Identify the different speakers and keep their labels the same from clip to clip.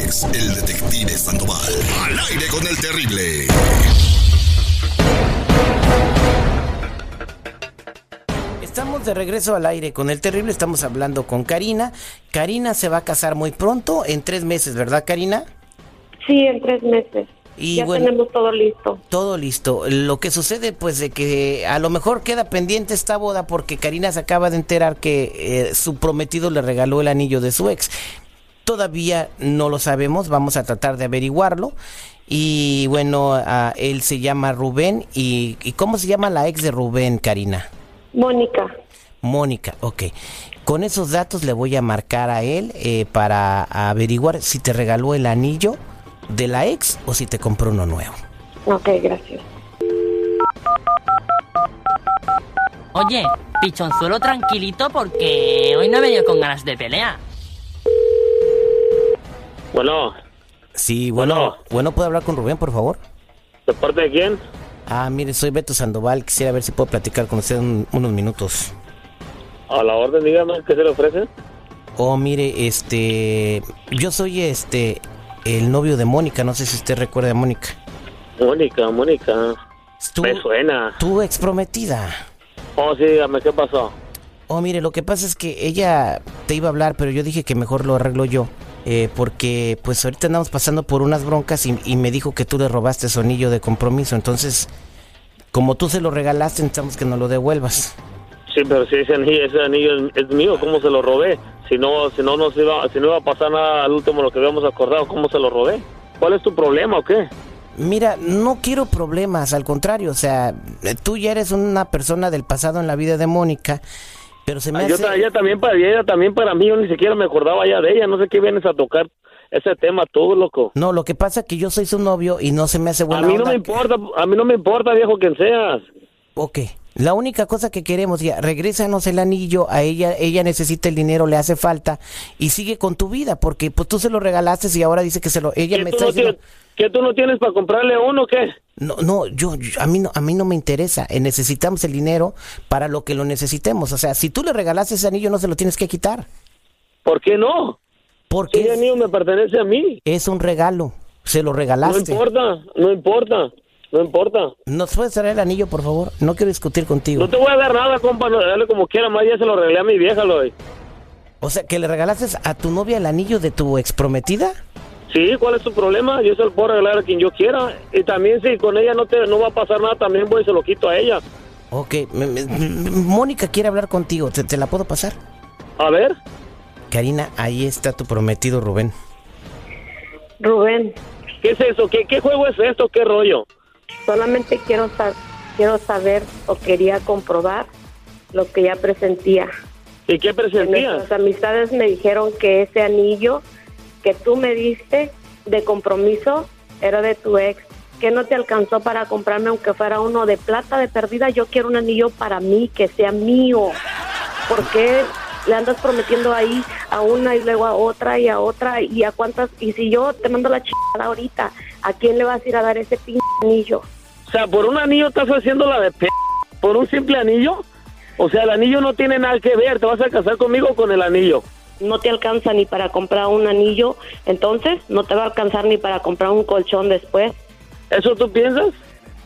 Speaker 1: es el detective Sandoval. Al aire con el terrible.
Speaker 2: Estamos de regreso al aire con el terrible, estamos hablando con Karina. Karina se va a casar muy pronto, en tres meses, ¿verdad Karina?
Speaker 3: Sí, en tres meses.
Speaker 2: Y
Speaker 3: ya
Speaker 2: bueno.
Speaker 3: tenemos todo listo.
Speaker 2: Todo listo. Lo que sucede, pues, de que a lo mejor queda pendiente esta boda porque Karina se acaba de enterar que eh, su prometido le regaló el anillo de su ex. Todavía no lo sabemos, vamos a tratar de averiguarlo. Y bueno, a- él se llama Rubén. Y, ¿Y cómo se llama la ex de Rubén, Karina?
Speaker 3: Mónica,
Speaker 2: Mónica, ok. Con esos datos le voy a marcar a él eh, para averiguar si te regaló el anillo de la ex o si te compró uno nuevo.
Speaker 3: ok, gracias.
Speaker 4: Oye, pichonzuelo tranquilito porque hoy no he venido con ganas de pelea.
Speaker 5: Bueno,
Speaker 2: Sí, bueno, bueno,
Speaker 5: Bueno.
Speaker 2: ¿puedo hablar con Rubén, por favor?
Speaker 5: ¿de parte de quién?
Speaker 2: Ah, mire, soy Beto Sandoval, quisiera ver si puedo platicar con usted un- unos minutos.
Speaker 5: A la orden, dígame, ¿qué se le ofrece?
Speaker 2: Oh, mire, este, yo soy este, el novio de Mónica, no sé si usted recuerda a Mónica.
Speaker 5: Mónica, Mónica,
Speaker 2: Tú,
Speaker 5: me suena.
Speaker 2: tu ex prometida.
Speaker 5: Oh, sí, dígame, ¿qué pasó?
Speaker 2: Oh, mire, lo que pasa es que ella te iba a hablar, pero yo dije que mejor lo arreglo yo. eh, porque pues ahorita andamos pasando por unas broncas y, y me dijo que tú le robaste su anillo de compromiso. Entonces, como tú se lo regalaste, necesitamos que nos lo devuelvas.
Speaker 5: Sí, pero si ese anillo, ese anillo es, es mío, ¿cómo se lo robé? Si no, si no, nos iba, si no iba a pasar nada al último lo que habíamos acordado, ¿cómo se lo robé? ¿Cuál es tu problema o qué?
Speaker 2: Mira, no quiero problemas, al contrario, o sea, eh, tú ya eres una persona del pasado en la vida de Mónica, pero se me
Speaker 5: Ah, Yo
Speaker 2: hace...
Speaker 5: ta- ella también para ella también para mí, yo ni siquiera me acordaba ya de ella, no sé qué vienes a tocar ese tema tú, loco.
Speaker 2: No, lo que pasa es que yo soy su novio y no se me hace
Speaker 5: A
Speaker 2: buena
Speaker 5: mí no
Speaker 2: onda
Speaker 5: me
Speaker 2: que-
Speaker 5: importa, a mí no me importa, viejo, quien seas.
Speaker 2: Ok, la única cosa que queremos, ya, regrésanos el anillo, a ella, ella necesita el dinero, le hace falta, y sigue con tu vida, porque pues tú se lo regalaste y ahora dice que se lo... Ella
Speaker 5: ¿Qué
Speaker 2: me
Speaker 5: tú,
Speaker 2: está
Speaker 5: no
Speaker 2: diciendo...
Speaker 5: tienes, ¿Qué tú no tienes para comprarle uno o qué?
Speaker 2: No, no, yo, yo- a mí no, a mí no me interesa. Eh, necesitamos el dinero para lo que lo necesitemos. O sea, si tú le regalaste ese anillo, no se lo tienes que quitar.
Speaker 5: ¿Por qué no?
Speaker 2: Porque
Speaker 5: Ese
Speaker 2: es-
Speaker 5: anillo me pertenece a mí.
Speaker 2: Es un regalo. Se lo
Speaker 5: No
Speaker 2: regalaste.
Speaker 5: importa, no importa, no importa.
Speaker 2: ¿Nos puedes traer el anillo, por favor? No quiero discutir contigo.
Speaker 5: No te voy a dar nada, compa, no, dale como quiera, más ya se lo arreglé a mi vieja, lo
Speaker 2: O sea, que le regalaste a tu novia el anillo de tu exprometida.
Speaker 5: Sí, ¿cuál es tu problema? Yo se lo puedo arreglar a quien yo quiera. Y también si con ella no te no va a pasar nada, también voy y se lo quito a ella.
Speaker 2: Ok, me- me- me- Mónica quiere hablar contigo. ¿Te, te la puedo pasar?
Speaker 5: A ver,
Speaker 2: Karina, ahí está tu prometido, Rubén.
Speaker 3: Rubén,
Speaker 5: ¿qué es eso? ¿Qué, qué juego es esto? ¿Qué rollo?
Speaker 3: solamente quiero, sa- quiero saber o quería comprobar lo que ya presentía.
Speaker 5: ¿Y qué
Speaker 3: Que
Speaker 5: presentías?
Speaker 3: Nuestras amistades me dijeron que ese anillo que tú me diste de compromiso era de tu ex, que no te alcanzó para comprarme aunque fuera uno de plata de perdida. Yo quiero un anillo para mí, que sea mío. ¿Por qué le andas prometiendo ahí a una y luego a otra y a otra y a cuántas? Y si yo te mando la chingada ahorita, ¿a quién le vas a ir a dar ese pinche anillo?
Speaker 5: O sea, por un anillo estás haciendo la de p... ¿Por un simple anillo? O sea, el anillo no tiene nada que ver. ¿Te vas a casar conmigo con el anillo?
Speaker 3: no te alcanza ni para comprar un anillo, entonces no te va a alcanzar ni para comprar un colchón después.
Speaker 5: ¿Eso tú piensas?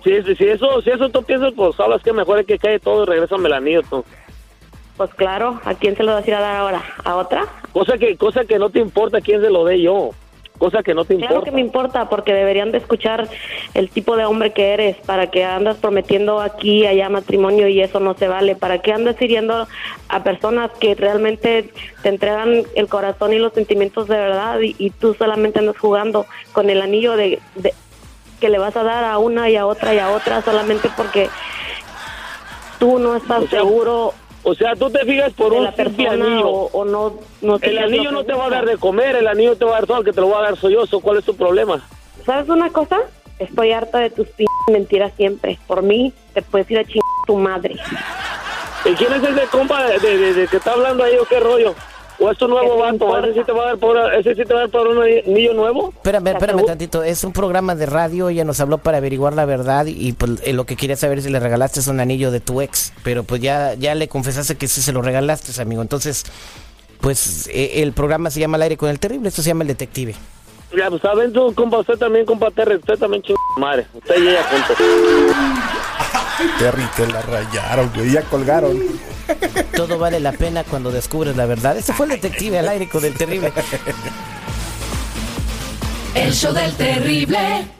Speaker 5: Si, si, si eso, si eso tú piensas, pues sabes que mejor es que cae todo y regrésame el anillo tú.
Speaker 3: Pues claro, ¿a quién se lo vas a ir a dar ahora? ¿A otra?
Speaker 5: Cosa que, cosa que no te importa quién se lo dé yo. Cosa que no te
Speaker 3: Claro que
Speaker 5: importa.
Speaker 3: me importa, porque deberían de escuchar el tipo de hombre que eres, para que andas prometiendo aquí y allá matrimonio y eso no se vale, para que andas hiriendo a personas que realmente te entregan el corazón y los sentimientos de verdad y, y tú solamente andas jugando con el anillo de, de- que le vas a dar a una y a otra y a otra solamente porque tú no estás
Speaker 5: O sea,
Speaker 3: seguro
Speaker 5: O sea, tú te fijas por
Speaker 3: de
Speaker 5: un
Speaker 3: la
Speaker 5: simple
Speaker 3: persona
Speaker 5: anillo.
Speaker 3: o, o no, no
Speaker 5: el
Speaker 3: sigues lo
Speaker 5: anillo
Speaker 3: que
Speaker 5: no te va a
Speaker 3: buscas.
Speaker 5: dar de comer, el anillo te va a dar todo, el que te lo va a dar soy yo. so, ¿Cuál es tu problema?
Speaker 3: ¿Sabes una cosa? Estoy harta de tus p mentiras siempre. Por mí, te puedes ir a chingar a tu madre.
Speaker 5: ¿Y quién es ese compa de, de- de- de que está hablando ahí o qué rollo? ¿O es tu nuevo
Speaker 3: ¿Qué te
Speaker 5: vato? ¿Ese sí, te va a dar por, ¿Ese sí te va a dar por un anillo nuevo?
Speaker 2: Espérame,
Speaker 3: La
Speaker 2: espérame
Speaker 3: pregun-
Speaker 2: tantito. Es un programa de radio. Ella nos habló para averiguar la verdad y, y, pues, eh, lo que quería saber es si le regalaste es un anillo de tu ex. Pero pues ya, ya le confesaste que sí se lo regalaste, amigo. Entonces, pues eh, el programa se llama Al aire con el terrible. Esto se llama El Detective.
Speaker 5: Ya, pues saben, tú, compa, usted también, compa, Terry, usted también, ching madre. Usted y ella juntos.
Speaker 1: Terry, te la rayaron, güey. Ya colgaron.
Speaker 2: Todo vale la pena cuando descubres la verdad. Ese fue el detective al aire con el terrible.
Speaker 6: El show del terrible.